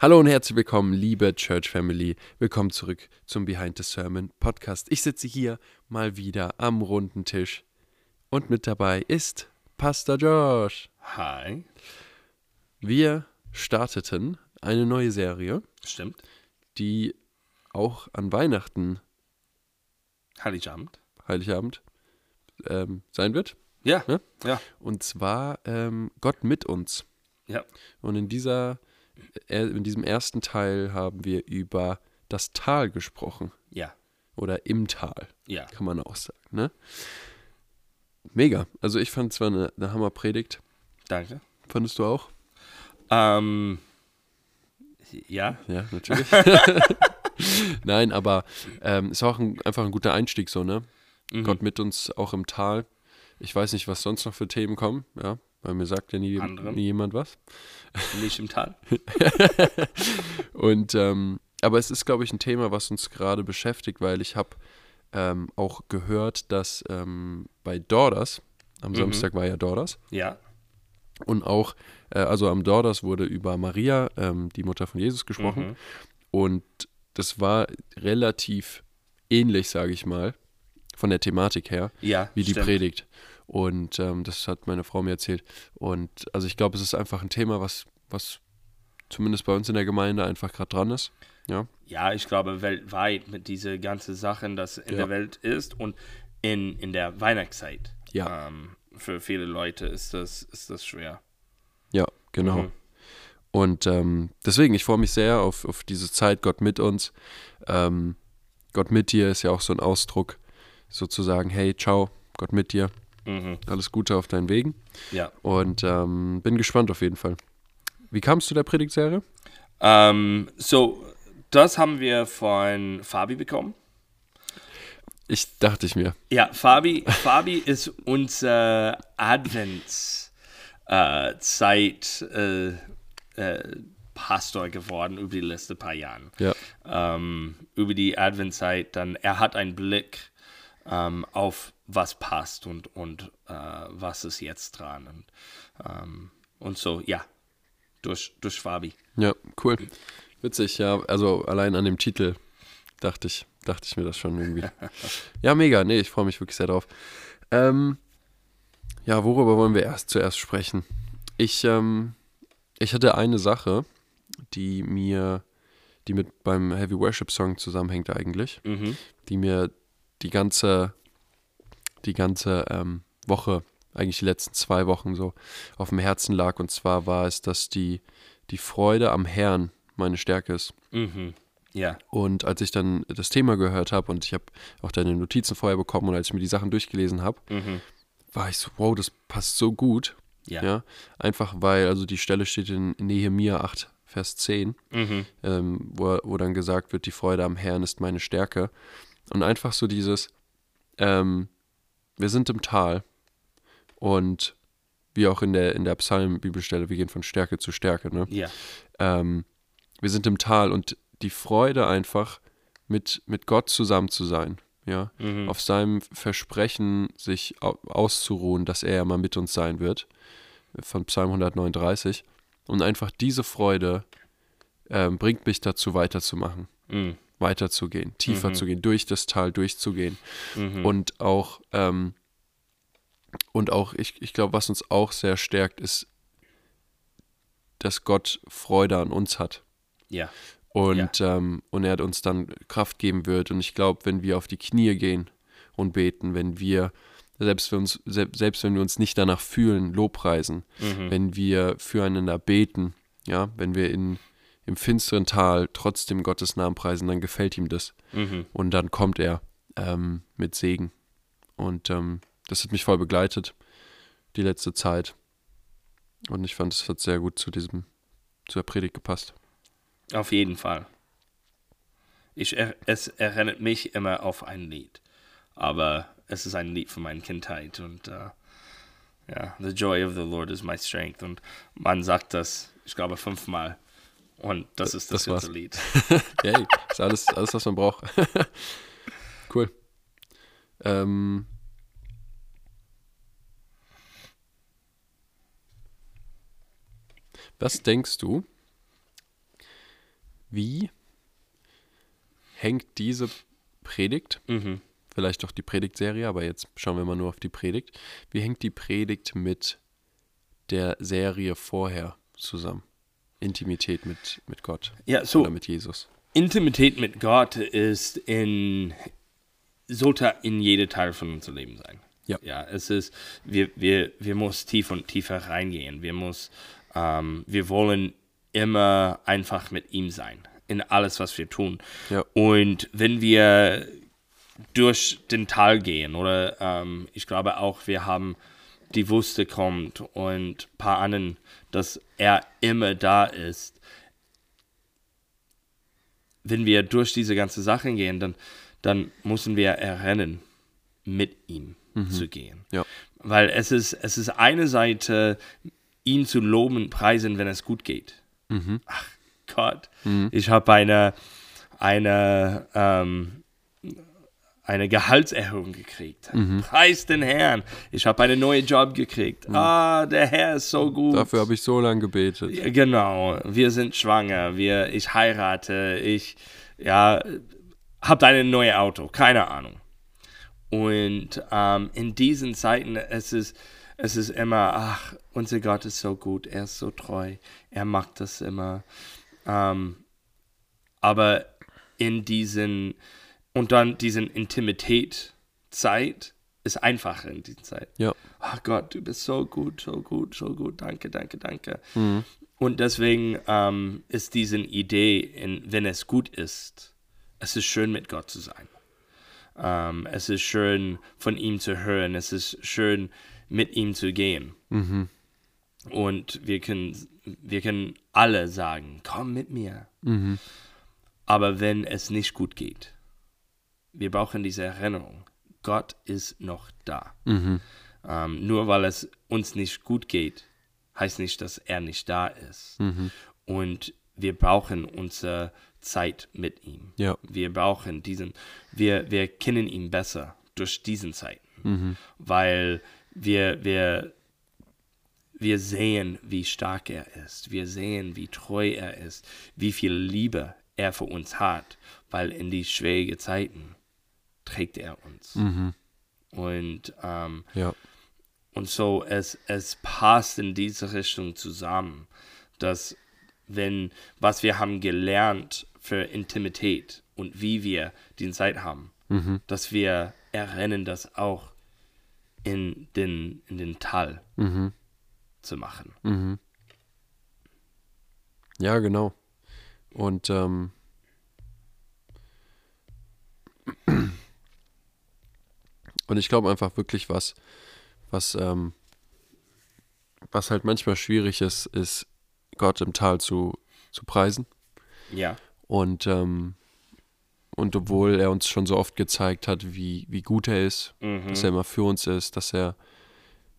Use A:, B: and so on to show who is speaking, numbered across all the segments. A: Hallo und herzlich willkommen, liebe Church Family. Willkommen zurück zum Behind the Sermon Podcast. Ich sitze hier mal wieder am runden Tisch und mit dabei ist Pastor Josh.
B: Hi,
A: Wir starteten eine neue Serie,
B: stimmt.
A: die auch an Weihnachten,
B: Heiligabend.
A: Heiligabend, ähm, sein wird.
B: Ja,
A: Ne?
B: ja,
A: Und zwar ähm, Gott mit uns.
B: ja.
A: Und in, dieser, äh, in diesem ersten Teil haben wir über das Tal gesprochen.
B: Ja,
A: Oder im Tal,
B: ja.
A: kann man auch sagen. Ne? Mega. Also ich fand es war eine, eine Hammerpredigt.
B: Danke.
A: Fandest du auch?
B: Ähm, ja,
A: Ja, natürlich. Nein, aber ähm, ist auch ein, einfach ein guter Einstieg so, ne? Gott mit uns auch im Tal. Ich weiß nicht, was sonst noch für Themen kommen, ja, weil mir sagt ja nie,
B: Andere.
A: nie jemand was.
B: nicht im Tal.
A: Und ähm, aber es ist, glaube ich, ein Thema, was uns gerade beschäftigt, weil ich habe ähm, auch gehört, dass ähm, bei Dorders, am Samstag war ja Dorders,
B: Ja,
A: und auch, äh, also am Dorders wurde über Maria, ähm, die Mutter von Jesus, gesprochen. Und das war relativ ähnlich, sage ich mal, von der Thematik her,
B: ja.
A: wie die
B: stimmt.
A: Predigt. Und ähm, das hat meine Frau mir erzählt. Und also ich glaube, es ist einfach ein Thema, was, was zumindest bei uns in der Gemeinde einfach gerade dran ist. Ja.
B: Ja, ich glaube, weltweit mit diese ganze Sachen, das in
A: Ja.
B: der Welt ist und in, in der Weihnachtszeit.
A: Ja.
B: Ähm, für viele Leute ist das, ist das schwer.
A: Ja, genau.
B: Mhm.
A: Und ähm, deswegen, ich freue mich sehr auf, auf diese Zeit, Gott mit uns. Ähm, Gott mit dir ist ja auch so ein Ausdruck, sozusagen, hey, ciao, Gott mit dir,
B: Mhm.
A: alles Gute auf deinen Wegen.
B: Ja.
A: Und ähm, bin gespannt auf jeden Fall. Wie kamst du der Predigtserie?
B: Ähm, so, das haben wir von Fabi bekommen.
A: Ich dachte ich mir.
B: Ja, Fabi, Fabi ist unser Adventszeit äh, Zeit, äh, äh, Pastor geworden über die letzten paar Jahren.
A: Ja,
B: Ähm, über die Adventszeit, dann er hat einen Blick ähm, auf was passt und, und äh, was ist jetzt dran. Und, ähm, und so, ja, durch, durch Fabi.
A: ja, cool. Witzig, ja. Also allein an dem Titel dachte ich, dachte ich mir das schon irgendwie. Ja, mega. Nee, ich freue mich wirklich sehr drauf. Ähm, ja, worüber wollen wir erst zuerst sprechen? Ich, ähm, ich hatte eine Sache, die mir, die mit beim Heavy Worship Song zusammenhängt eigentlich,
B: Mhm.
A: die mir die ganze, die ganze ähm, Woche, eigentlich die letzten zwei Wochen so auf dem Herzen lag. Und zwar war es, dass die, die Freude am Herrn meine Stärke ist.
B: Mhm. Ja,
A: Und als ich dann das Thema gehört habe und ich habe auch deine Notizen vorher bekommen und als ich mir die Sachen durchgelesen habe,
B: mhm.
A: war ich so, wow, das passt so gut.
B: ja.
A: Ja. Einfach weil, also die Stelle steht in Nehemia 8, Vers 10,
B: Mhm.
A: ähm, wo, wo dann gesagt wird, die Freude am Herrn ist meine Stärke. Und einfach so dieses, ähm, wir sind im Tal und wie auch in der, in der Psalm-Bibelstelle, wir gehen von Stärke zu Stärke, ne?
B: ja,
A: ähm, wir sind im Tal und die Freude einfach mit, mit Gott zusammen zu sein, ja,
B: Mhm.
A: auf seinem Versprechen sich au- auszuruhen, dass er ja mal mit uns sein wird, von Psalm 139 und einfach diese Freude ähm, bringt mich dazu weiterzumachen,
B: Mhm.
A: weiterzugehen, tiefer zu gehen, durch das Tal durchzugehen und auch ähm, und auch ich, ich glaube, was uns auch sehr stärkt, ist, dass Gott Freude an uns hat.
B: ja.
A: Und, ähm, und er hat uns dann Kraft geben wird. Und ich glaube, wenn wir auf die Knie gehen und beten, wenn wir, selbst wenn, uns, se selbst wenn wir uns nicht danach fühlen, Lobpreisen,
B: Mhm.
A: wenn wir füreinander beten, ja, wenn wir in, im finsteren Tal trotzdem Gottes Namen preisen, dann gefällt ihm das.
B: Mhm.
A: Und dann kommt er ähm, mit Segen. Und ähm, das hat mich voll begleitet, die letzte Zeit. Und ich fand, es hat sehr gut zu diesem, zur Predigt gepasst.
B: Auf jeden Fall. Ich er, es erinnert mich immer auf ein Lied. Aber es ist ein Lied von meiner Kindheit und äh, ja, The Joy of the Lord is my strength. Und man sagt das, ich glaube, fünfmal. Und das ist das,
A: das war's.
B: ganze Lied.
A: Yay, ist alles, alles was man braucht. cool. Ähm, was denkst du, wie hängt diese Predigt,
B: Mhm.
A: vielleicht doch die Predigtserie, aber jetzt schauen wir mal nur auf die Predigt, wie hängt die Predigt mit der Serie vorher zusammen? Intimität mit, mit Gott
B: Ja, so
A: oder mit Jesus.
B: Intimität mit Gott ist in sollte in jeder Teil von unserem Leben sein.
A: Ja.
B: ja es ist, wir, wir, wir muss tief und tiefer reingehen. Wir muss, ähm, wir wollen immer einfach mit ihm sein. In alles, was wir tun.
A: Ja.
B: Und wenn wir durch den Tal gehen oder ähm, ich glaube auch, wir haben die Wüste kommt und ein paar anderen, dass er immer da ist wenn wir durch diese ganze Sache gehen, dann, dann müssen wir erinnern, mit ihm zu gehen.
A: Ja.
B: Weil es ist, es ist eine Seite, ihn zu loben, preisen, wenn es gut geht. Ach Gott, ich habe eine, eine, ähm, eine Gehaltserhöhung gekriegt. Preis den Herrn. Ich habe einen neuen Job gekriegt. Ah, der Herr ist so gut.
A: Dafür habe ich so lange gebetet.
B: Ja, Genau, wir sind schwanger, wir, ich heirate, ich, ja, habt ein neues Auto, keine Ahnung. Und ähm, in diesen Zeiten, es ist, es ist immer, ach, unser Gott ist so gut, er ist so treu, er macht das immer. Ähm, aber in diesen, und dann diesen Intimität-Zeit ist einfacher in dieser Zeit.
A: Ja,
B: Ach Oh Gott, du bist so gut, so gut, so gut, danke, danke, danke. Und deswegen ähm, ist diese Idee, in, wenn es gut ist, es ist schön, mit Gott zu sein. Ähm, es ist schön, von ihm zu hören. Es ist schön, mit ihm zu gehen. Und wir können, wir können alle sagen, komm mit mir. Aber wenn es nicht gut geht, wir brauchen diese Erinnerung. Gott ist noch da. Ähm, nur weil es uns nicht gut geht, heißt nicht, dass er nicht da ist. Und wir brauchen unsere Zeit mit ihm.
A: ja,
B: Wir brauchen diesen, wir, wir kennen ihn besser durch diesen Zeiten, weil wir, wir, wir sehen, wie stark er ist. Wir sehen, wie treu er ist, wie viel Liebe er für uns hat, weil in die schwierigen Zeiten trägt er uns. Und ähm,
A: ja.
B: und so, es, es passt in diese Richtung zusammen, dass wenn, was wir haben gelernt für Intimität und wie wir die Zeit haben,
A: Mhm.
B: dass wir erinnern, das auch in den, in den Tal
A: Mhm.
B: zu machen.
A: Ja, genau. Und ähm, und ich glaube einfach wirklich, was, was, ähm, was halt manchmal schwierig ist, ist Gott im Tal zu, zu preisen.
B: Ja,
A: Und, ähm, und obwohl er uns schon so oft gezeigt hat, wie, wie gut er ist, dass er immer für uns ist, dass er,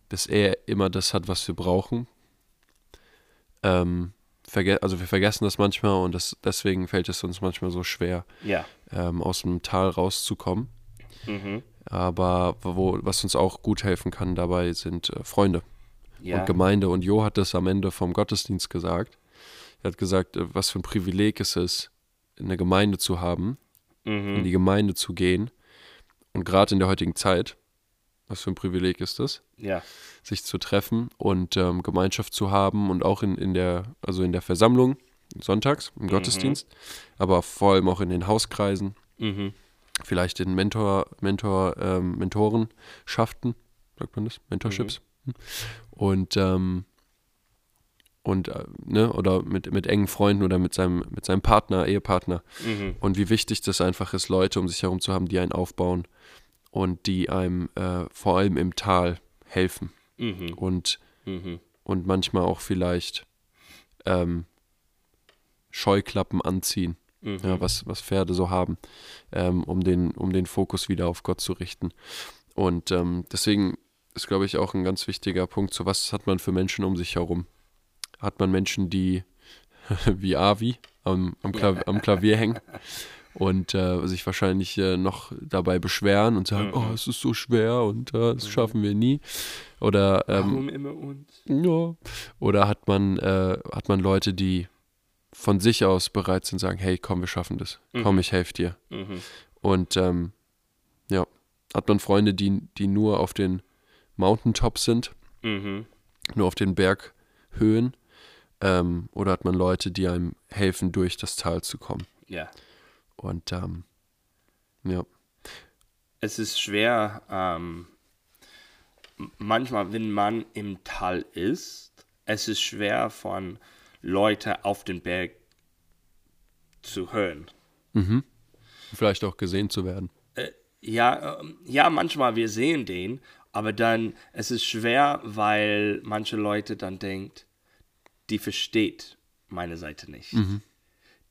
A: dass er immer das hat, was wir brauchen. Ähm, verge also wir vergessen das manchmal und das, deswegen fällt es uns manchmal so schwer,
B: ja,
A: ähm, aus dem Tal rauszukommen. Aber wo, was uns auch gut helfen kann dabei, sind äh, Freunde
B: ja.
A: und Gemeinde. Und Jo hat das am Ende vom Gottesdienst gesagt. Er hat gesagt, äh, was für ein Privileg es ist, eine Gemeinde zu haben, in die Gemeinde zu gehen. Und gerade in der heutigen Zeit, was für ein Privileg ist es,
B: ja,
A: sich zu treffen und ähm, Gemeinschaft zu haben und auch in, in der, also in der Versammlung, sonntags, im Gottesdienst, aber vor allem auch in den Hauskreisen,
B: mhm.
A: vielleicht in Mentor, Mentor, ähm, Mentorenschaften, sagt man das? Mentorships. Hm. Und, ähm, und äh, ne, oder mit, mit engen Freunden oder mit seinem, mit seinem Partner, Ehepartner.
B: mhm,
A: Und wie wichtig das einfach ist, Leute um sich herum zu haben, die einen aufbauen und die einem äh, vor allem im Tal helfen.
B: Mhm.
A: Und,
B: Mhm.
A: und manchmal auch vielleicht ähm, Scheuklappen anziehen
B: Mhm.
A: ja, ähm, was, was Pferde so haben, ähm, um, den, um den Fokus wieder auf Gott zu richten. Und ähm, deswegen ist, glaube ich, auch ein ganz wichtiger Punkt, so was hat man für Menschen um sich herum? Hat man Menschen, die wie Avi am, am, Klav am Klavier hängen und äh, sich wahrscheinlich äh, noch dabei beschweren und sagen, oh, es ist so schwer und äh, das schaffen wir nie. Oder ähm,
B: Warum immer uns?
A: ja. Oder hat man, äh, hat man Leute, die von sich aus bereit sind, sagen, hey, komm, wir schaffen das. Komm, ich helfe dir.
B: Mhm.
A: Und ähm, ja, hat man Freunde, die, die nur auf den Mountaintops sind,
B: Mhm.
A: nur auf den Berghöhen? Ähm, oder hat man Leute, die einem helfen, durch das Tal zu kommen?
B: Ja.
A: Und ähm, ja,
B: Es ist schwer, ähm, m- manchmal, wenn man im Tal ist, es ist schwer von Leuten auf den Berg zu hören.
A: vielleicht auch gesehen zu werden.
B: Ja, ähm, ja, manchmal wir sehen den, aber dann es ist schwer, weil manche Leute dann denkt, die versteht meine Seite nicht.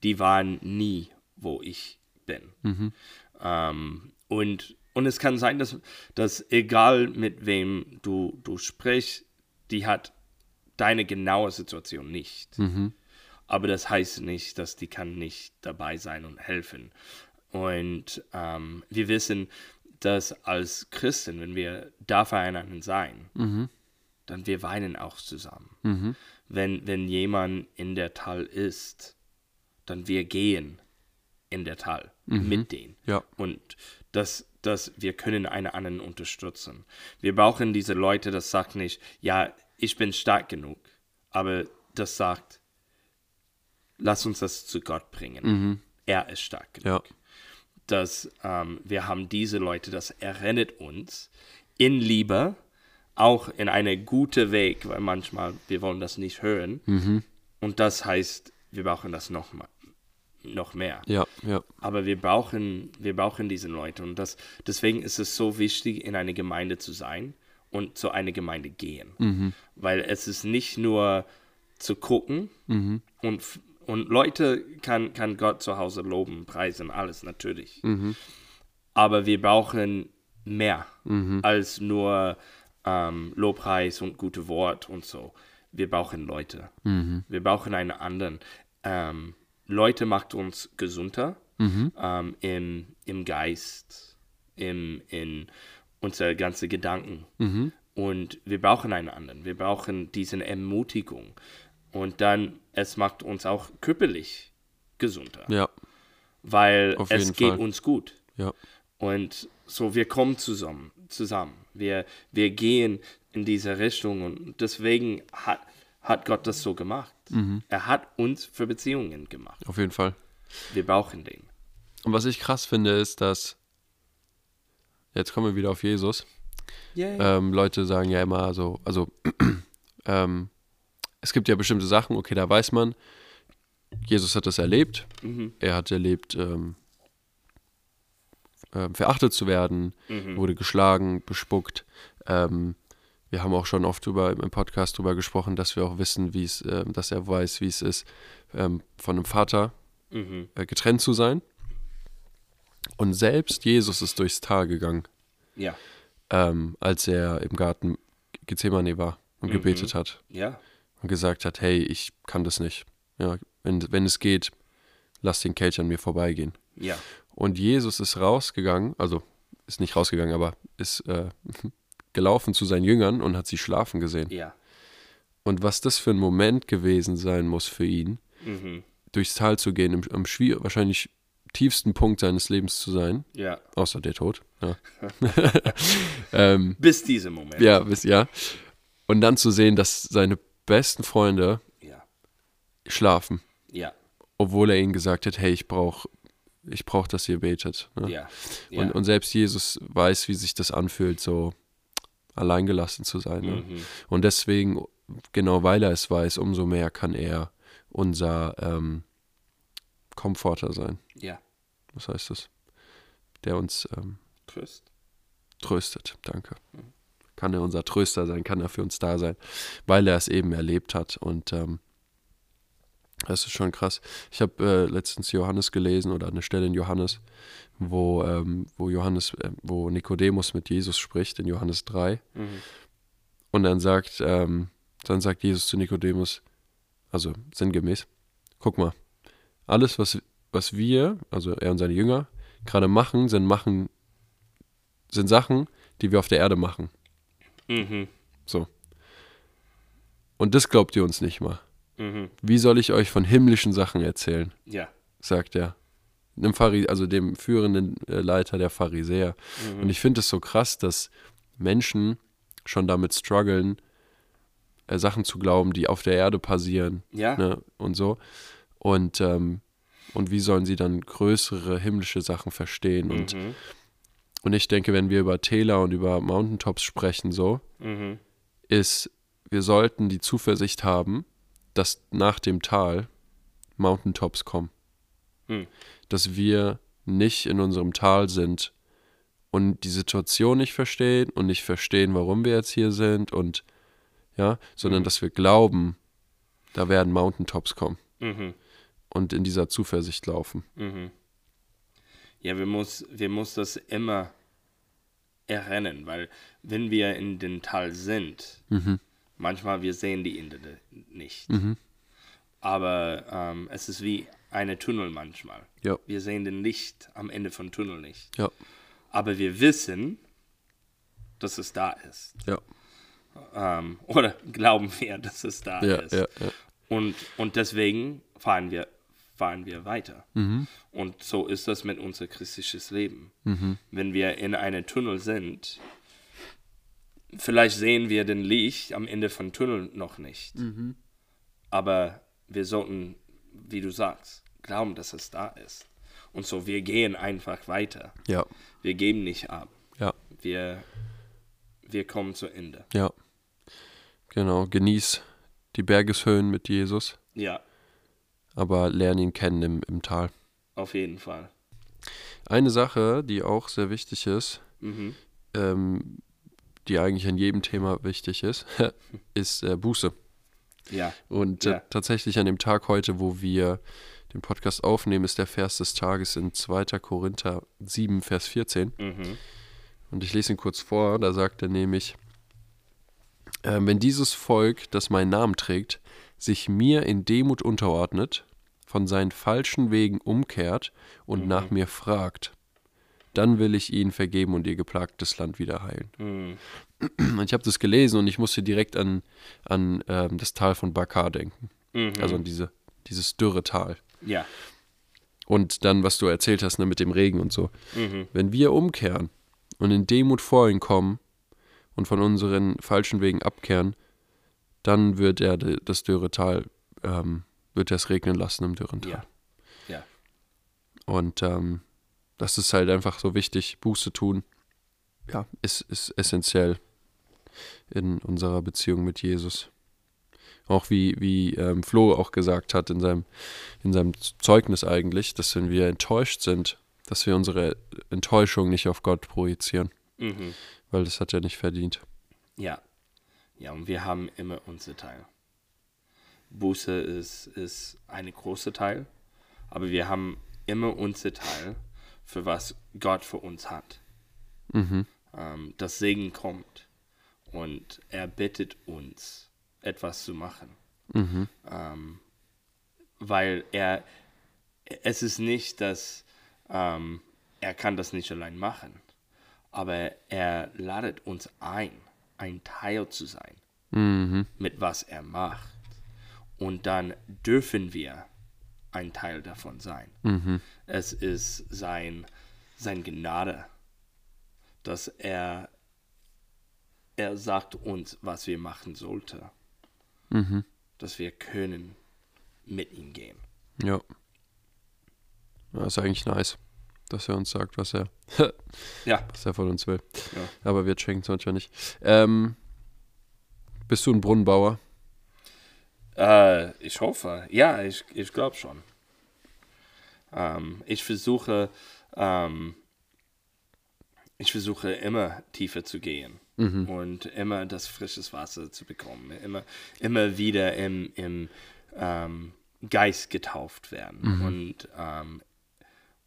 B: Die waren nie, wo ich bin. Ähm, und, und es kann sein, dass, dass egal mit wem du, du sprichst, die hat deine genaue Situation nicht. Aber das heißt nicht, dass die kann nicht dabei sein und helfen. Und ähm, wir wissen, dass als Christen, wenn wir da füreinander sein, dann wir weinen auch zusammen. Wenn, wenn jemand in der Tal ist, dann wir gehen in der Tal mit denen.
A: Ja.
B: Und dass, dass wir können einen anderen unterstützen. Wir brauchen diese Leute, das sagt nicht, ja, ich bin stark genug, aber das sagt, lass uns das zu Gott bringen. Er ist stark genug
A: Ja,
B: dass ähm, wir haben diese Leute, das erinnert uns in Liebe, auch in eine gute Weg, weil manchmal wir wollen das nicht hören. Und das heißt, wir brauchen das noch, ma- noch mehr.
A: ja, ja.
B: Aber wir brauchen, wir brauchen diese Leute. Und das, deswegen ist es so wichtig, in eine Gemeinde zu sein und zu einer Gemeinde gehen. Weil es ist nicht nur zu gucken und, f- und Leute kann, kann Gott zu Hause loben, preisen, alles natürlich. Aber wir brauchen mehr
A: Mhm.
B: als nur ähm, Lobpreis und gute Wort und so. Wir brauchen Leute.
A: Mhm.
B: Wir brauchen einen anderen. Ähm, Leute macht uns gesünder
A: Mhm.
B: ähm, im, im Geist, im, in unser ganze Gedanken.
A: Mhm.
B: Und wir brauchen einen anderen. Wir brauchen diese Ermutigung. Und dann, es macht uns auch körperlich gesünder,
A: Ja,
B: weil
A: Auf
B: es
A: jeden
B: geht
A: Fall.
B: uns gut.
A: ja,
B: Und so, wir kommen zusammen. zusammen. Wir, wir gehen in diese Richtung und deswegen hat, hat Gott das so gemacht. Er hat uns für Beziehungen gemacht.
A: auf jeden Fall.
B: Wir brauchen den.
A: Und was ich krass finde, ist, dass jetzt kommen wir wieder auf Jesus.
B: Yay.
A: Ähm, Leute sagen ja immer so, also ähm, es gibt ja bestimmte Sachen, okay, da weiß man, Jesus hat das erlebt. Er hat erlebt, ähm, ähm, verachtet zu werden, wurde geschlagen, bespuckt. Ähm, wir haben auch schon oft drüber, im Podcast drüber gesprochen, dass wir auch wissen, wie es, ähm, dass er weiß, wie es ist, ähm, von einem Vater
B: Mhm.
A: äh, getrennt zu sein. Und selbst Jesus ist durchs Tal gegangen
B: Ja,
A: ähm, als er im Garten Gethsemane war und gebetet hat
B: ja,
A: und gesagt hat, hey, ich kann das nicht. Ja, wenn, wenn es geht, lass den Kelch an mir vorbeigehen.
B: ja.
A: Und Jesus ist rausgegangen, also ist nicht rausgegangen, aber ist äh, gelaufen zu seinen Jüngern und hat sie schlafen gesehen.
B: Ja.
A: Und was das für ein Moment gewesen sein muss für ihn,
B: Mhm.
A: durchs Tal zu gehen, im, am schwier- wahrscheinlich tiefsten Punkt seines Lebens zu sein,
B: Ja.
A: außer der Tod. Ja. ähm,
B: Bis diesem Moment.
A: Ja, bis, ja. Und dann zu sehen, dass seine besten Freunde
B: Ja.
A: schlafen,
B: Ja.
A: obwohl er ihnen gesagt hat, hey, ich brauche, ich brauch, dass ihr betet. Ne?
B: Ja. ja.
A: Und, und selbst Jesus weiß, wie sich das anfühlt, so alleingelassen zu sein. Ne?
B: Mhm.
A: Und deswegen, genau weil er es weiß, umso mehr kann er unser ähm, Komforter sein.
B: ja.
A: Was heißt das? Der uns ähm,
B: Tröst.
A: tröstet. Danke. Kann er unser Tröster sein, kann er für uns da sein, weil er es eben erlebt hat. Und ähm, das ist schon krass. Ich habe äh, letztens Johannes gelesen oder eine Stelle in Johannes, wo, ähm, wo Johannes, äh, wo Nikodemus mit Jesus spricht, in Johannes 3. Und dann sagt, ähm, dann sagt Jesus zu Nikodemus, also sinngemäß, guck mal, alles, was, was wir, also er und seine Jünger, gerade machen, sind machen sind Sachen, die wir auf der Erde machen.
B: Mhm.
A: So. Und das glaubt ihr uns nicht mal.
B: Mhm.
A: Wie soll ich euch von himmlischen Sachen erzählen?
B: Ja.
A: sagt er. Dem Phari also dem führenden äh, Leiter der Pharisäer. Und ich finde es so krass, dass Menschen schon damit strugglen, äh, Sachen zu glauben, die auf der Erde passieren.
B: Ja.
A: Ne? Und so. Und, ähm, und wie sollen sie dann größere himmlische Sachen verstehen? Und,
B: Mhm.
A: und ich denke, wenn wir über Täler und über Mountaintops sprechen, so,
B: Mhm.
A: ist, wir sollten die Zuversicht haben, dass nach dem Tal Mountaintops kommen.
B: Hm.
A: Dass wir nicht in unserem Tal sind und die Situation nicht verstehen und nicht verstehen, warum wir jetzt hier sind und ja,
B: Mhm.
A: sondern dass wir glauben, da werden Mountaintops kommen
B: Mhm.
A: und in dieser Zuversicht laufen.
B: Mhm. Ja, wir muss, wir muss das immer erinnern, weil wenn wir in den Tal sind,
A: Mhm.
B: manchmal wir sehen die Insel nicht. Aber ähm, es ist wie eine Tunnel manchmal.
A: Ja.
B: Wir sehen den Licht am Ende von Tunnel nicht.
A: Ja,
B: Aber wir wissen, dass es da ist.
A: ja,
B: Ähm, oder glauben wir, dass es da
A: ja,
B: ist.
A: ja, ja.
B: Und, und deswegen fahren wir, fahren wir weiter. Und so ist das mit unser christliches Leben. Wenn wir in einem Tunnel sind, vielleicht sehen wir den Licht am Ende von Tunnel noch nicht. Aber wir sollten, wie du sagst, glauben, dass es da ist. Und so, wir gehen einfach weiter.
A: ja,
B: Wir geben nicht ab.
A: ja.
B: Wir, wir kommen zu Ende.
A: ja. Genau, genieß die Bergeshöhen mit Jesus.
B: Ja,
A: aber lernen ihn kennen im, im Tal.
B: auf jeden Fall.
A: Eine Sache, die auch sehr wichtig ist,
B: Mhm.
A: ähm, die eigentlich an jedem Thema wichtig ist, ist äh, Buße.
B: Ja.
A: Und
B: Ja.
A: äh, tatsächlich an dem Tag heute, wo wir den Podcast aufnehmen, ist der Vers des Tages in 2. Korinther 7, Vers 14.
B: Mhm.
A: Und ich lese ihn kurz vor, da sagt er nämlich, äh, wenn dieses Volk, das meinen Namen trägt, sich mir in Demut unterordnet, von seinen falschen Wegen umkehrt und
B: Mhm.
A: nach mir fragt, dann will ich ihnen vergeben und ihr geplagtes Land wieder heilen.
B: Mhm.
A: Und ich habe das gelesen und ich musste direkt an, an ähm, das Tal von Bakar denken,
B: Mhm.
A: also an diese, dieses dürre Tal.
B: Ja.
A: Und dann, was du erzählt hast ne, mit dem Regen und so.
B: Mhm.
A: Wenn wir umkehren und in Demut vor ihn kommen und von unseren falschen Wegen abkehren, dann wird er de- das Dürretal, ähm, wird er es regnen lassen im Dürrental.
B: Ja. Ja.
A: Und ähm, das ist halt einfach so wichtig, Buße tun. Ja, ist, ist essentiell in unserer Beziehung mit Jesus. Auch wie, wie ähm, Flo auch gesagt hat in seinem, in seinem Zeugnis eigentlich, dass wenn wir enttäuscht sind, dass wir unsere Enttäuschung nicht auf Gott projizieren,
B: Mhm.
A: weil das hat er nicht verdient.
B: Ja. Ja, und wir haben immer unser Teil. Buße ist, ist ein großer Teil, aber wir haben immer unser Teil, für was Gott für uns hat.
A: Mhm.
B: Ähm, das Segen kommt und er bittet uns, etwas zu machen.
A: Mhm.
B: ähm, weil er es ist nicht, dass ähm, er kann das nicht allein machen, aber er ladet uns ein, ein Teil zu sein,
A: Mhm.
B: mit was er macht. Und dann dürfen wir ein Teil davon sein.
A: Mhm.
B: Es ist sein, sein Gnade, dass er, er sagt uns, was wir machen sollten,
A: Mhm.
B: dass wir können mit ihm gehen.
A: Ja. ja. Ist eigentlich nice, dass er uns sagt, was er,
B: Ja,
A: was er von uns will.
B: Ja.
A: Aber wir checken es manchmal nicht. Ähm, bist du ein Brunnenbauer?
B: äh, ich hoffe. Ja, ich, ich glaube schon. Ähm, ich versuche, ähm, ich versuche immer tiefer zu gehen und immer das frisches Wasser zu bekommen, immer, immer wieder im, im ähm, Geist getauft werden. Und, ähm,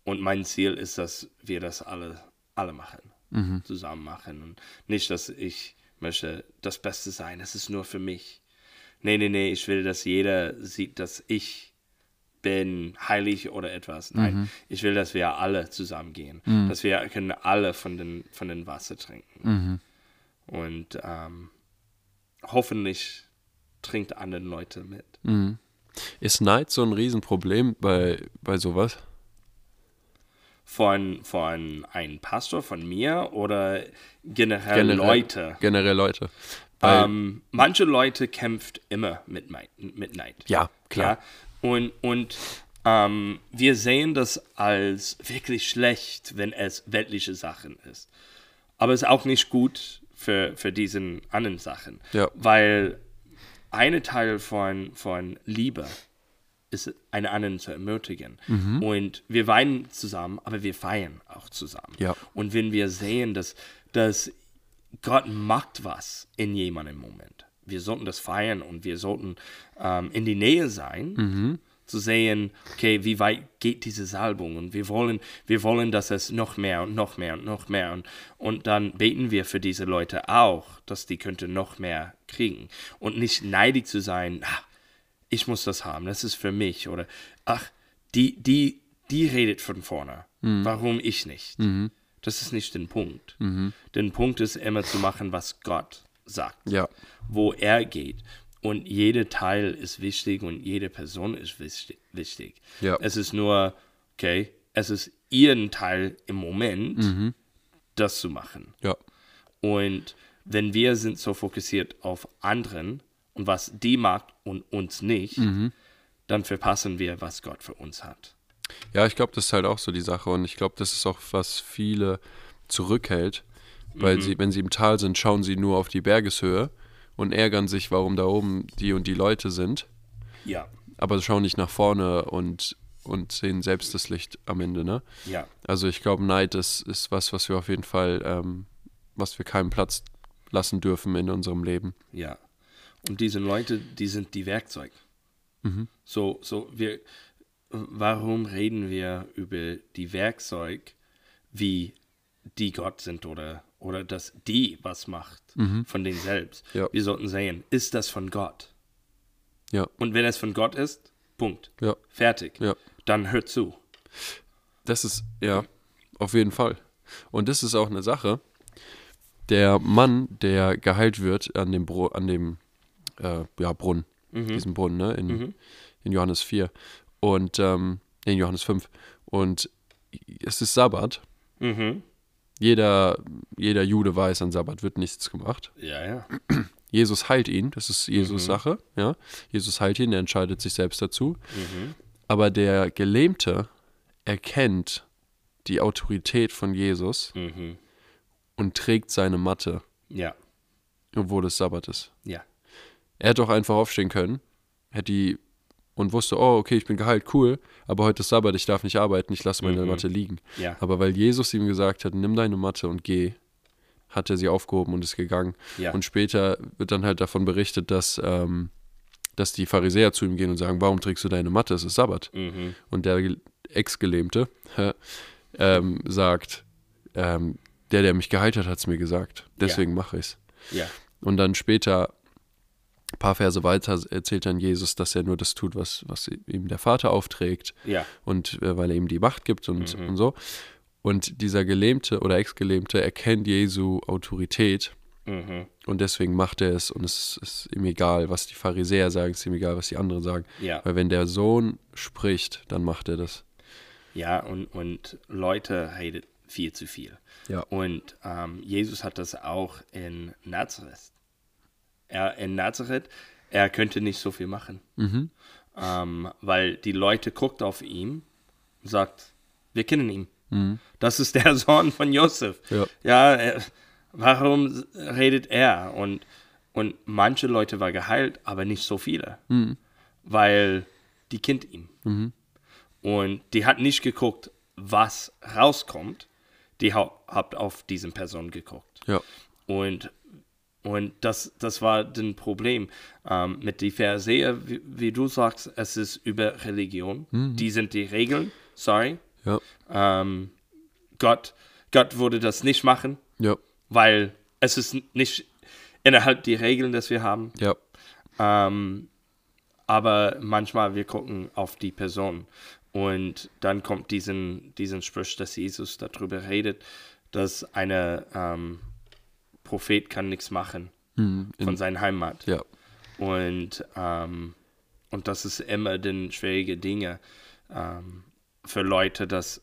B: und mein Ziel ist, dass wir das alle, alle machen, zusammen machen. Und nicht, dass ich möchte das Beste sein, es ist nur für mich. Nee, nee, nee, ich will, dass jeder sieht, dass ich bin heilig oder etwas. Nein, ich will, dass wir alle zusammengehen. Dass wir können alle von den, von den Wasser trinken. Und ähm, hoffentlich trinkt andere Leute mit.
A: Mhm. Ist Neid so ein Riesenproblem bei, bei sowas?
B: Von, von einem Pastor, von mir oder generell,
A: Generell-
B: Leute?
A: Generell Leute. Bei,
B: Ähm, manche Leute kämpft immer mit, Mei- mit Neid.
A: ja, klar.
B: Ja? Und, und ähm, wir sehen das als wirklich schlecht, wenn es weltliche Sachen ist. Aber es ist auch nicht gut für, für diesen anderen Sachen.
A: Ja.
B: Weil eine Teil von, von Liebe ist, einen anderen zu ermutigen. Und wir weinen zusammen, aber wir feiern auch zusammen.
A: Ja.
B: Und wenn wir sehen, dass, dass Gott macht was in jemandem Moment, wir sollten das feiern und wir sollten ähm, in die Nähe sein, zu sehen, okay, wie weit geht diese Salbung? Und wir wollen, wir wollen, dass es noch mehr und noch mehr und noch mehr und, und dann beten wir für diese Leute auch, dass die könnten noch mehr kriegen und nicht neidig zu sein. Ah, ich muss das haben, das ist für mich. Oder ach, die, die, die redet von vorne.
A: Mhm.
B: Warum ich nicht? Das ist nicht den Punkt.
A: Mhm.
B: Den Punkt ist immer zu machen, was Gott sagt,
A: Ja.
B: wo er geht. Und jeder Teil ist wichtig und jede Person ist wichtig- wichtig.
A: Ja.
B: Es ist nur, okay, es ist ihren Teil im Moment,
A: Mhm.
B: das zu machen.
A: Ja.
B: Und wenn wir sind so fokussiert auf anderen und was die mag und uns nicht, dann verpassen wir, was Gott für uns hat.
A: Ja, ich glaube, das ist halt auch so die Sache. Und ich glaube, das ist auch, was viele zurückhält. Weil sie, wenn sie im Tal sind, schauen sie nur auf die Bergeshöhe und ärgern sich, warum da oben die und die Leute sind.
B: Ja,
A: Aber sie schauen nicht nach vorne und, und sehen selbst das Licht am Ende, ne?
B: ja,
A: Also ich glaube, Neid ist, ist was, was wir auf jeden Fall, ähm, was wir keinen Platz lassen dürfen in unserem Leben.
B: ja. Und diese Leute, die sind die Werkzeug. So, so wir, warum reden wir über die Werkzeug, wie die Gott sind oder, oder dass die was macht von denen selbst?
A: Ja.
B: Wir sollten sehen, ist das von Gott?
A: Ja,
B: Und wenn es von Gott ist, Punkt.
A: ja.
B: Fertig.
A: Ja.
B: Dann hört zu.
A: Das ist, ja, auf jeden Fall. Und das ist auch eine Sache. Der Mann, der geheilt wird an dem, Bru an dem äh, ja, Brunnen, diesem Brunnen, ne? in, in Johannes 4 und ähm, nee, in Johannes 5. Und es ist Sabbat.
B: Mhm.
A: Jeder, jeder Jude weiß, an Sabbat wird nichts gemacht.
B: Ja, ja.
A: Jesus heilt ihn, das ist Jesus Sache, ja. Jesus heilt ihn, er entscheidet sich selbst dazu. Aber der Gelähmte erkennt die Autorität von Jesus
B: Mhm.
A: und trägt seine Matte,
B: Ja,
A: obwohl es Sabbat ist.
B: ja,
A: Er hätte auch einfach aufstehen können, hätte die und wusste, oh, okay, ich bin geheilt, cool, aber heute ist Sabbat, ich darf nicht arbeiten, ich lasse meine Matte liegen.
B: ja.
A: Aber weil Jesus ihm gesagt hat, nimm deine Matte und geh, hat er sie aufgehoben und ist gegangen.
B: Ja.
A: Und später wird dann halt davon berichtet, dass, ähm, dass die Pharisäer zu ihm gehen und sagen, warum trägst du deine Matte? Es ist Sabbat.
B: Mhm.
A: Und der Ge- Ex-Gelähmte hä, ähm, sagt, ähm, der, der mich geheilt hat, hat es mir gesagt. Deswegen mache ich es.
B: Ja,
A: Und dann später, ein paar Verse weiter, erzählt dann Jesus, dass er nur das tut, was, was ihm der Vater aufträgt
B: ja,
A: und äh, weil er ihm die Macht gibt und, und so. Und dieser Gelähmte oder Ex-Gelähmte erkennt Jesu Autorität
B: mhm.
A: und deswegen macht er es und es ist ihm egal, was die Pharisäer sagen, es ist ihm egal, was die anderen sagen.
B: Ja.
A: Weil wenn der Sohn spricht, dann macht er das.
B: ja. Und, und Leute redet viel zu viel.
A: Ja.
B: Und ähm, Jesus hat das auch in Nazareth. Er, in Nazareth, er könnte nicht so viel machen. Ähm, weil die Leute guckt auf ihn und sagt, wir kennen ihn. Das ist der Sohn von Josef.
A: Ja.
B: äh, warum s- redet er? Und, und manche Leute waren geheilt, aber nicht so viele. Weil die kennt ihn. Und die hat nicht geguckt, was rauskommt. Die ha hat auf diesen Person geguckt.
A: Ja,
B: Und, und das, das war das Problem ähm, mit den Pharisäern, wie, wie du sagst, es ist über Religion. Die sind die Regeln, sorry.
A: ja,
B: Ähm, Gott, Gott würde das nicht machen,
A: ja,
B: weil es ist n- nicht innerhalb die Regeln, das wir haben.
A: ja,
B: Ähm, aber manchmal wir gucken auf die Person und dann kommt diesen, diesen Spruch, dass Jesus darüber redet, dass eine ähm, Prophet kann nichts machen von seiner Heimat.
A: ja,
B: Und, ähm, und das ist immer den schwierige Dinge ähm, für Leute, das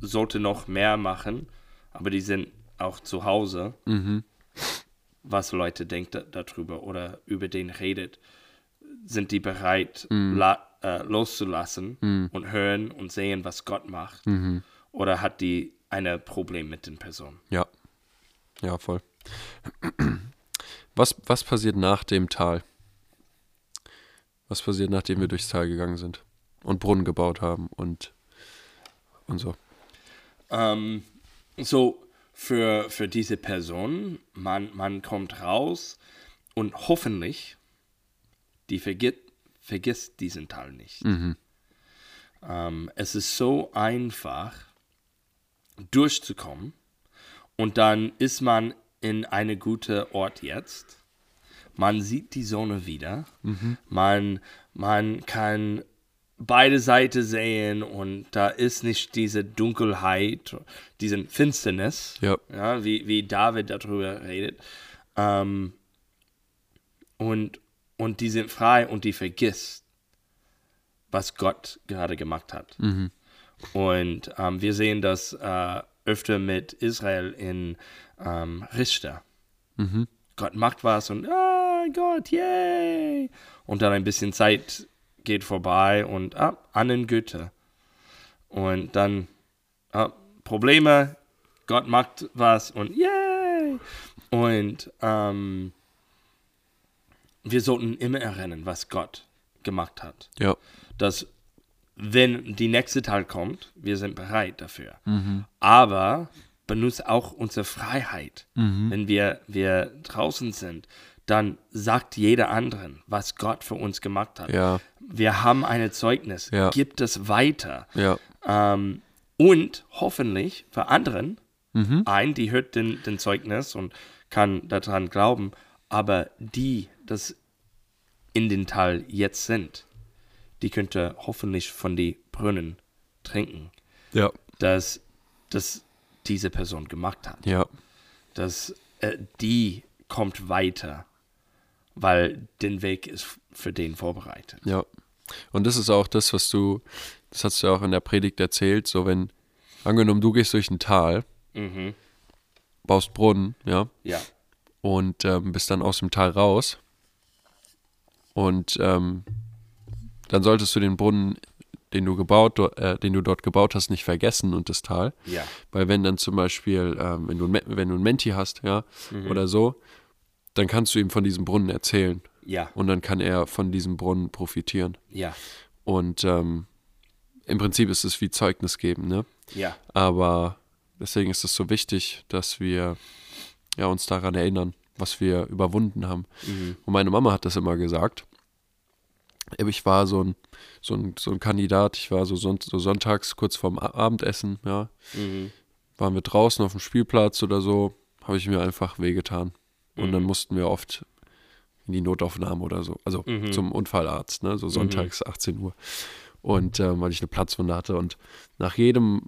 B: sollte noch mehr machen, aber die sind auch zu Hause, was Leute denkt da- darüber oder über den redet. Sind die bereit, la, äh, loszulassen und hören und sehen, was Gott macht? Oder hat die ein Problem mit den Personen?
A: Ja. Ja, voll. Was, was passiert nach dem Tal? Was passiert, nachdem wir durchs Tal gegangen sind und Brunnen gebaut haben und, und so?
B: Ähm, so, für, für diese Person, man, man kommt raus und hoffentlich, die vergisst, vergisst diesen Teil nicht. Ähm, es ist so einfach, durchzukommen und dann ist man in einem guten Ort jetzt. Man sieht die Sonne wieder. Man, man kann beide Seiten sehen und da ist nicht diese Dunkelheit, diese Finsternis,
A: Ja.
B: Ja, wie, wie David darüber redet. Ähm, und, und die sind frei und die vergisst, was Gott gerade gemacht hat. Und ähm, wir sehen das äh, öfter mit Israel in ähm, Richter. Gott macht was und ah, Gott, yay! Und dann ein bisschen Zeit geht vorbei und ah, an den Güte. Und dann ah, Probleme, Gott macht was und yay! Und ähm, wir sollten immer erinnern, was Gott gemacht hat
A: Ja.
B: dass wenn die nächste Teil kommt, wir sind bereit dafür.
A: Mhm.
B: Aber benutzt auch unsere Freiheit.
A: Mhm.
B: Wenn wir, wir draußen sind, dann sagt jeder anderen, was Gott für uns gemacht hat.
A: Ja.
B: Wir haben ein Zeugnis.
A: Ja.
B: Gibt es weiter.
A: Ja.
B: Ähm, und hoffentlich für anderen, ein, die hört den, den Zeugnis und kann daran glauben, aber die, das in den Tal jetzt sind, die könnte hoffentlich von den Brunnen trinken,
A: Ja.
B: dass das diese Person gemacht hat.
A: Ja.
B: Dass äh, die kommt weiter, weil den Weg ist für den vorbereitet.
A: Ja. Und das ist auch das, was du, das hast du ja auch in der Predigt erzählt, so wenn, angenommen, du gehst durch ein Tal, baust Brunnen, ja,
B: Ja,
A: und ähm, bist dann aus dem Tal raus. Und ähm, dann solltest du den Brunnen, den du gebaut, do- äh, den du dort gebaut hast, nicht vergessen und das Tal.
B: ja,
A: Weil wenn dann zum Beispiel, ähm, wenn, du, ein Me- wenn du ein Menti hast, ja, oder so, dann kannst du ihm von diesem Brunnen erzählen.
B: ja,
A: Und dann kann er von diesem Brunnen profitieren.
B: ja,
A: Und ähm, im Prinzip ist es wie Zeugnis geben, ne?
B: ja,
A: Aber deswegen ist es so wichtig, dass wir ja, uns daran erinnern, was wir überwunden haben. Und meine Mama hat das immer gesagt. Aber Ich war so ein, so ein, so ein Kandidat, ich war so, son so sonntags kurz vorm A- Abendessen, ja.
B: Mhm.
A: Waren wir draußen auf dem Spielplatz oder so, habe ich mir einfach wehgetan. Und dann mussten wir oft in die Notaufnahme oder so, also zum Unfallarzt, ne, so sonntags 18 Uhr. Und ähm, weil ich eine Platzwunde hatte und nach jedem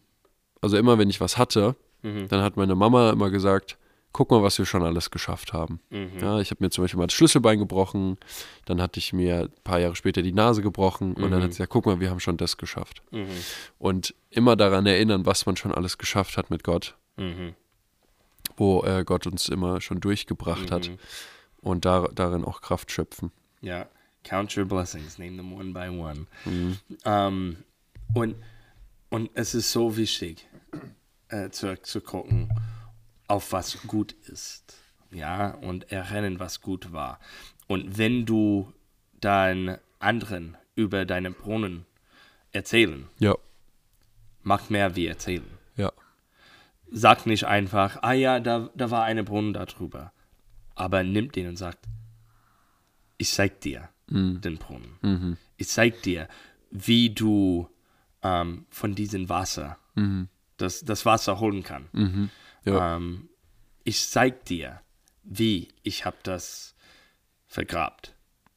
A: also immer wenn ich was hatte, dann hat meine Mama immer gesagt, guck mal, was wir schon alles geschafft haben. Ja, ich habe mir zum Beispiel mal das Schlüsselbein gebrochen, dann hatte ich mir ein paar Jahre später die Nase gebrochen und dann hat sie gesagt, guck mal, wir haben schon das geschafft. Und immer daran erinnern, was man schon alles geschafft hat mit Gott,
B: Mhm.
A: wo äh, Gott uns immer schon durchgebracht hat und da, darin auch Kraft schöpfen.
B: ja. Count your blessings, name them one by one. Ähm, und, und es ist so wichtig, äh, zu, zu gucken, auf was gut ist. Ja, und erinnern, was gut war. Und wenn du dann anderen über deine Brunnen erzählen,
A: Ja,
B: macht mehr wie erzählen.
A: ja,
B: Sag nicht einfach, ah ja, da, da war eine Brunnen darüber. Aber nimmt den und sagt, ich zeig dir den Brunnen. Ich zeig dir, wie du ähm, von diesem Wasser das, das Wasser holen kann.
A: ja,
B: Ähm, ich zeig dir, wie ich habe das vergrabt,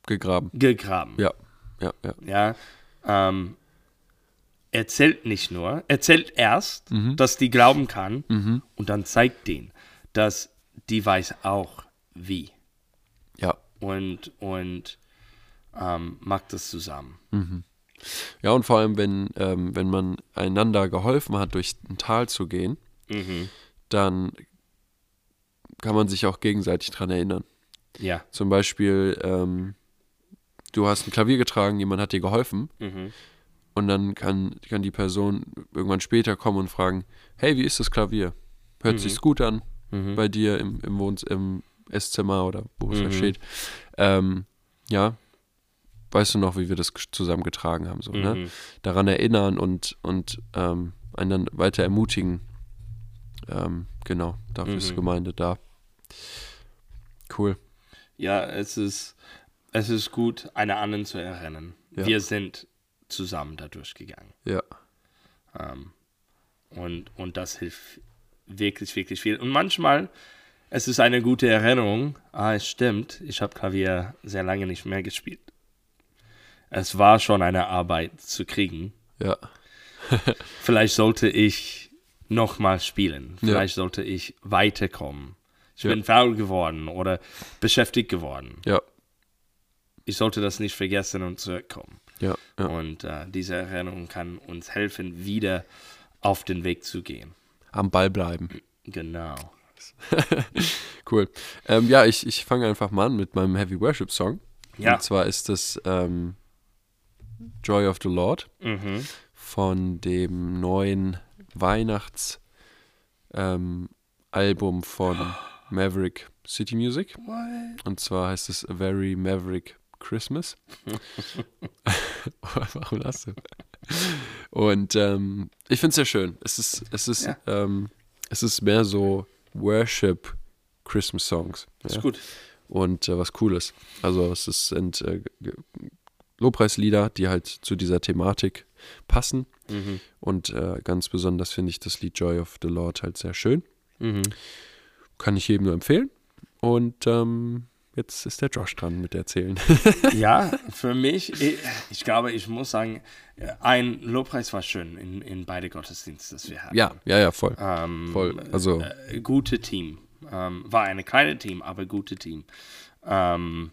A: gegraben.
B: gegraben.
A: Ja, ja, ja,
B: Ja. Ähm, erzählt nicht nur, erzählt erst, dass die glauben kann und dann zeigt denen, dass die weiß auch wie.
A: ja,
B: Und, und ähm, macht das zusammen.
A: Ja, und vor allem, wenn, ähm, wenn man einander geholfen hat, durch ein Tal zu gehen,
B: Mhm.
A: dann kann man sich auch gegenseitig dran erinnern.
B: Ja.
A: Zum Beispiel, ähm, du hast ein Klavier getragen, jemand hat dir geholfen
B: Mhm.
A: und dann kann, kann die Person irgendwann später kommen und fragen, hey, wie ist das Klavier? Hört sich's gut an
B: Mhm.
A: bei dir im, im, Wohnz im Esszimmer oder wo es da
B: Mhm.
A: steht? Ähm, ja, weißt du noch, wie wir das ges- zusammen getragen haben? So, ne?
B: Mhm.
A: Daran erinnern und, und ähm, einen dann weiter ermutigen. Ähm, genau, dafür ist
B: Mhm.
A: Gemeinde da. Cool.
B: Ja, es ist, es ist gut, einen anderen zu erinnern.
A: Ja.
B: Wir sind zusammen da durchgegangen.
A: Ja.
B: Ähm, und, und das hilft wirklich, wirklich viel. Und manchmal, es ist eine gute Erinnerung. Ah, es stimmt, ich habe Klavier sehr lange nicht mehr gespielt. Es war schon eine Arbeit zu kriegen.
A: Ja,
B: Vielleicht sollte ich nochmal spielen. Vielleicht sollte ich weiterkommen. Ich
A: Ja.
B: bin faul geworden oder beschäftigt geworden.
A: ja,
B: ich sollte das nicht vergessen und zurückkommen.
A: ja, ja.
B: Und äh, diese Erinnerung kann uns helfen, wieder auf den Weg zu gehen.
A: Am Ball bleiben.
B: Genau.
A: Cool. Ähm, ja, ich, ich fange einfach mal an mit meinem Heavy Worship Song.
B: Ja.
A: Und zwar ist das ähm, Joy of the Lord
B: Mhm.
A: von dem neuen Weihnachtsalbum ähm, Album von Maverick City Music. Und zwar heißt es A Very Maverick Christmas. Warum lachst du? Und ähm, ich finde es sehr schön. Es ist, es ist,
B: Ja.
A: ähm, es ist mehr so Worship Christmas Songs.
B: Ist
A: ja?
B: gut.
A: Und äh, was Cooles. Also es ist, sind äh, ge- Lobpreislieder, die halt zu dieser Thematik passen.
B: Mhm.
A: Und äh, ganz besonders finde ich das Lied Joy of the Lord halt sehr schön.
B: Mhm.
A: Kann ich jedem nur empfehlen. Und ähm, jetzt ist der Josh dran mit Erzählen.
B: Ja, für mich, ich, ich glaube, ich muss sagen, ein Lobpreis war schön in, in beide Gottesdienste, das wir hatten.
A: ja, ja, ja, voll.
B: Ähm,
A: Voll. Also,
B: äh, gute Team. Ähm, war eine kleine Team, aber gute Team. Ähm,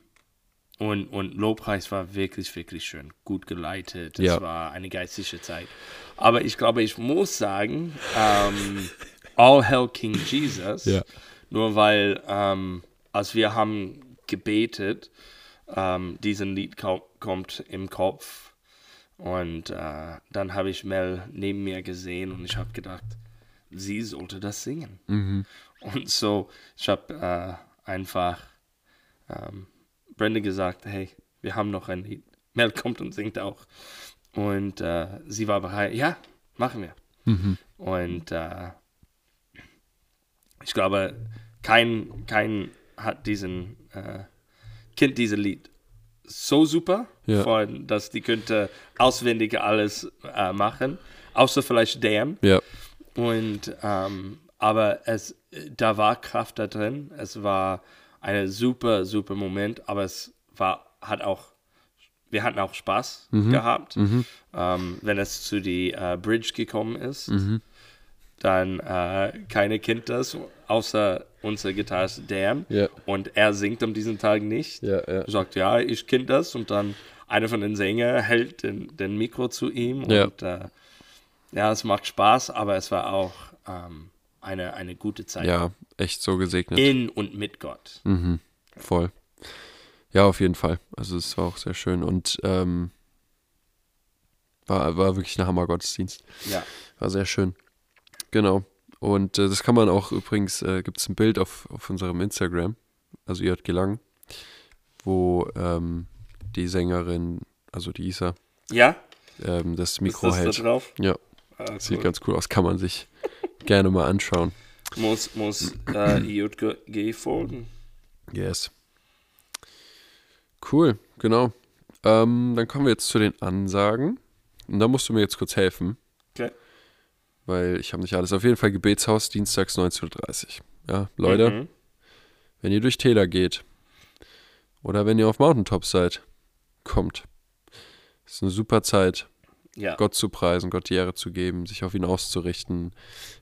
B: und, und Lobpreis war wirklich, wirklich schön. Gut geleitet. Es
A: Ja.
B: war eine geistige Zeit. Aber ich glaube, ich muss sagen, ähm, All Hell King Jesus,
A: Ja.
B: nur weil, ähm, als wir haben gebetet, ähm, diesen Lied ko- kommt im Kopf. Und äh, dann habe ich Mel neben mir gesehen und ich habe gedacht, sie sollte das singen.
A: Mhm.
B: Und so, ich habe äh, einfach ähm, Brenda gesagt, hey, wir haben noch ein Lied. Mel kommt und singt auch. Und äh, sie war bereit, ja, machen wir. Und äh, ich glaube, kein, kein hat diesen, äh, kennt dieses Lied so super,
A: Ja.
B: von, dass die könnte auswendig alles äh, machen, außer vielleicht Dan.
A: ja,
B: Und ähm, aber es da war Kraft da drin. Es war ein super, super Moment, aber es war, hat auch, wir hatten auch Spaß gehabt. Ähm, wenn es zu die äh, Bridge gekommen ist, dann äh, keiner kennt das, außer unser Gitarrist Dan.
A: Ja.
B: Und er singt an diesem Tag nicht.
A: Ja, ja.
B: Sagt, ja, ich kenne das. Und dann einer von den Sängern hält den, den Mikro zu ihm
A: Ja.
B: und äh, ja, es macht Spaß, aber es war auch ähm, eine, eine gute Zeit.
A: ja, Hm. echt so gesegnet.
B: In und mit Gott.
A: Voll. Ja, auf jeden Fall. Also es war auch sehr schön und ähm, war, war wirklich ein Hammer-Gottesdienst.
B: Ja.
A: War sehr schön. Genau. Und äh, das kann man auch übrigens, äh, gibt es ein Bild auf, auf unserem Instagram, also ihr gelang, wo ähm, die Sängerin, also die Isa,
B: Ja?
A: ähm, das
B: Ist
A: Mikro
B: das da
A: hält.
B: drauf?
A: Ja,
B: Ah,
A: sieht
B: cool.
A: ganz cool aus, kann man sich gerne mal anschauen.
B: Muss, muss äh, IJG folgen.
A: Yes. Cool, genau. Ähm, dann kommen wir jetzt zu den Ansagen. Und da musst du mir jetzt kurz helfen,
B: Okay.
A: weil ich habe nicht alles. Auf jeden Fall Gebetshaus, dienstags 19.30 Uhr. Ja, Leute,
B: Mhm.
A: wenn ihr durch Täler geht oder wenn ihr auf Mountaintop seid, kommt. Ist eine super Zeit,
B: Ja.
A: Gott zu preisen, Gott die Ehre zu geben, sich auf ihn auszurichten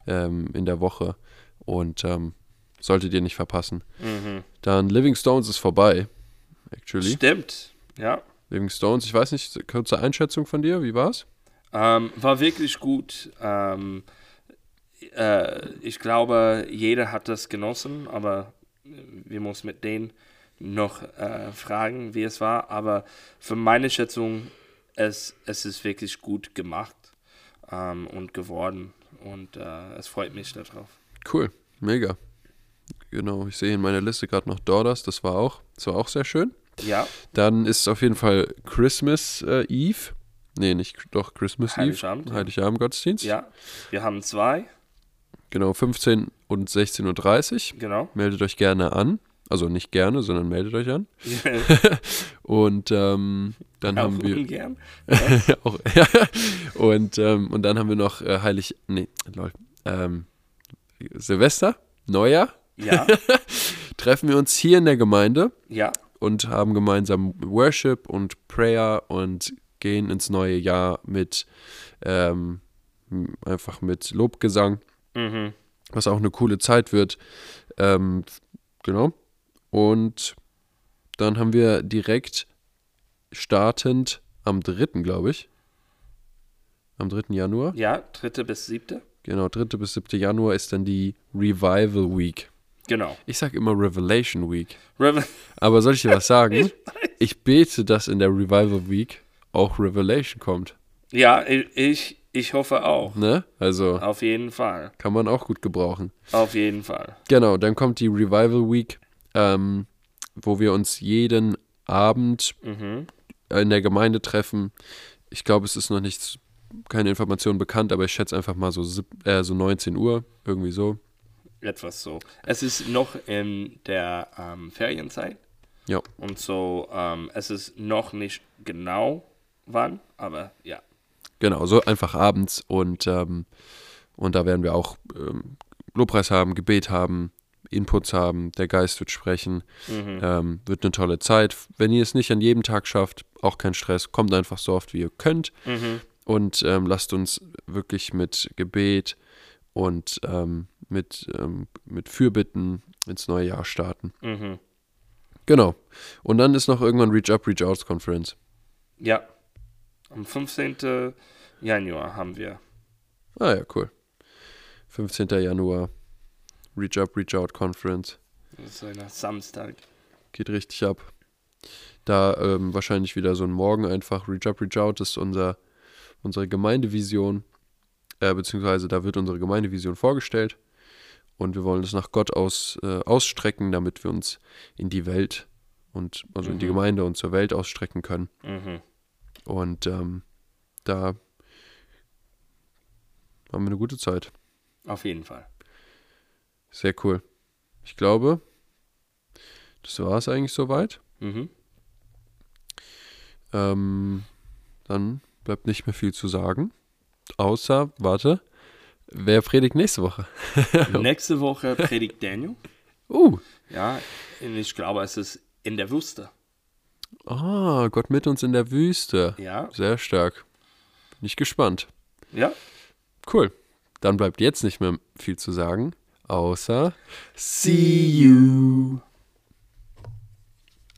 A: ähm, in der Woche. Und ähm, solltet ihr nicht verpassen.
B: Mhm.
A: Dann Living Stones ist vorbei, actually.
B: Stimmt. Ja.
A: Living Stones, ich weiß nicht, kurze Einschätzung von dir, wie war's?
B: Ähm, war wirklich gut. Ähm, äh, ich glaube, jeder hat das genossen, aber wir müssen mit denen noch äh, fragen, wie es war. Aber für meine Schätzung, es, es ist wirklich gut gemacht ähm, und geworden. Und äh, es freut mich darauf.
A: Cool, mega. Genau, ich sehe in meiner Liste gerade noch Daughters, das war auch, das war auch sehr schön.
B: Ja,
A: Dann ist auf jeden Fall Christmas äh, Eve. Nee, nicht doch Christmas
B: Heiligabend,
A: Eve.
B: ja.
A: Heiligabend Gottesdienst.
B: ja. Wir haben zwei,
A: Genau, 15 und 16.30 Uhr.
B: genau.
A: Meldet euch gerne an. Also nicht gerne, sondern meldet euch an. Und ähm, dann
B: Auch
A: haben wir
B: ungern.
A: auch, ja. Und, ähm, und dann haben wir noch äh, Heilig, nee, lol, ähm, Silvester, Neujahr,
B: Ja,
A: treffen wir uns hier in der Gemeinde
B: ja,
A: und haben gemeinsam Worship und Prayer und gehen ins neue Jahr mit ähm, m- einfach mit Lobgesang,
B: mhm.
A: was auch eine coole Zeit wird. Ähm, genau. Und dann haben wir direkt startend am 3., glaube ich. Am 3. Januar.
B: ja, dritte bis siebte.
A: Genau, 3. bis 7. Januar ist dann die Revival Week.
B: Genau.
A: Ich sage immer Revelation Week.
B: Rev-
A: Aber soll ich dir was sagen? ich, bete, dass in der Revival Week auch Revelation kommt.
B: Ja, ich, ich hoffe auch.
A: Ne? Also
B: Auf jeden Fall.
A: kann man auch gut gebrauchen.
B: Auf jeden Fall.
A: Genau, dann kommt die Revival Week, ähm, wo wir uns jeden Abend
B: Mhm.
A: in der Gemeinde treffen. Ich glaube, es ist noch nichts, keine Information bekannt, aber ich schätze einfach mal so, sieb- äh, so 19 Uhr, irgendwie so.
B: Etwas so. Es ist noch in der ähm, Ferienzeit
A: Ja,
B: und so. Ähm, es ist noch nicht genau wann, aber ja.
A: genau, so einfach abends und, ähm, und da werden wir auch ähm, Lobpreis haben, Gebet haben, Inputs haben, der Geist wird sprechen.
B: Mhm.
A: Ähm, wird eine tolle Zeit. Wenn ihr es nicht an jedem Tag schafft, auch kein Stress, kommt einfach so oft, wie ihr könnt
B: Mhm.
A: und ähm, lasst uns wirklich mit Gebet und ähm, mit, ähm, mit Fürbitten ins neue Jahr starten.
B: Mhm.
A: Genau. Und dann ist noch irgendwann Reach Up, Reach Out Conference.
B: Ja. Am 15. Januar haben wir.
A: Ah ja, cool. 15. Januar, Reach Up, Reach Out Conference.
B: Das ist ein Samstag.
A: Geht richtig ab. Da ähm, wahrscheinlich wieder so ein Morgen einfach. Reach Up, Reach Out ist unser, unsere Gemeindevision. Äh, beziehungsweise da wird unsere Gemeindevision vorgestellt. Und wir wollen es nach Gott aus, äh, ausstrecken, damit wir uns in die Welt und also in die Gemeinde und zur Welt ausstrecken können.
B: Mhm.
A: Und ähm, da haben wir eine gute Zeit.
B: Auf jeden Fall.
A: Sehr cool. Ich glaube, das war es eigentlich soweit.
B: Mhm.
A: Ähm, dann bleibt nicht mehr viel zu sagen. Außer, warte, wer predigt nächste Woche?
B: Nächste Woche predigt Daniel.
A: Uh,
B: Ja, und ich glaube, es ist in der Wüste.
A: ah, Gott mit uns in der Wüste.
B: Ja,
A: Sehr stark. Bin ich gespannt.
B: ja.
A: Cool. Dann bleibt jetzt nicht mehr viel zu sagen. Außer, see you.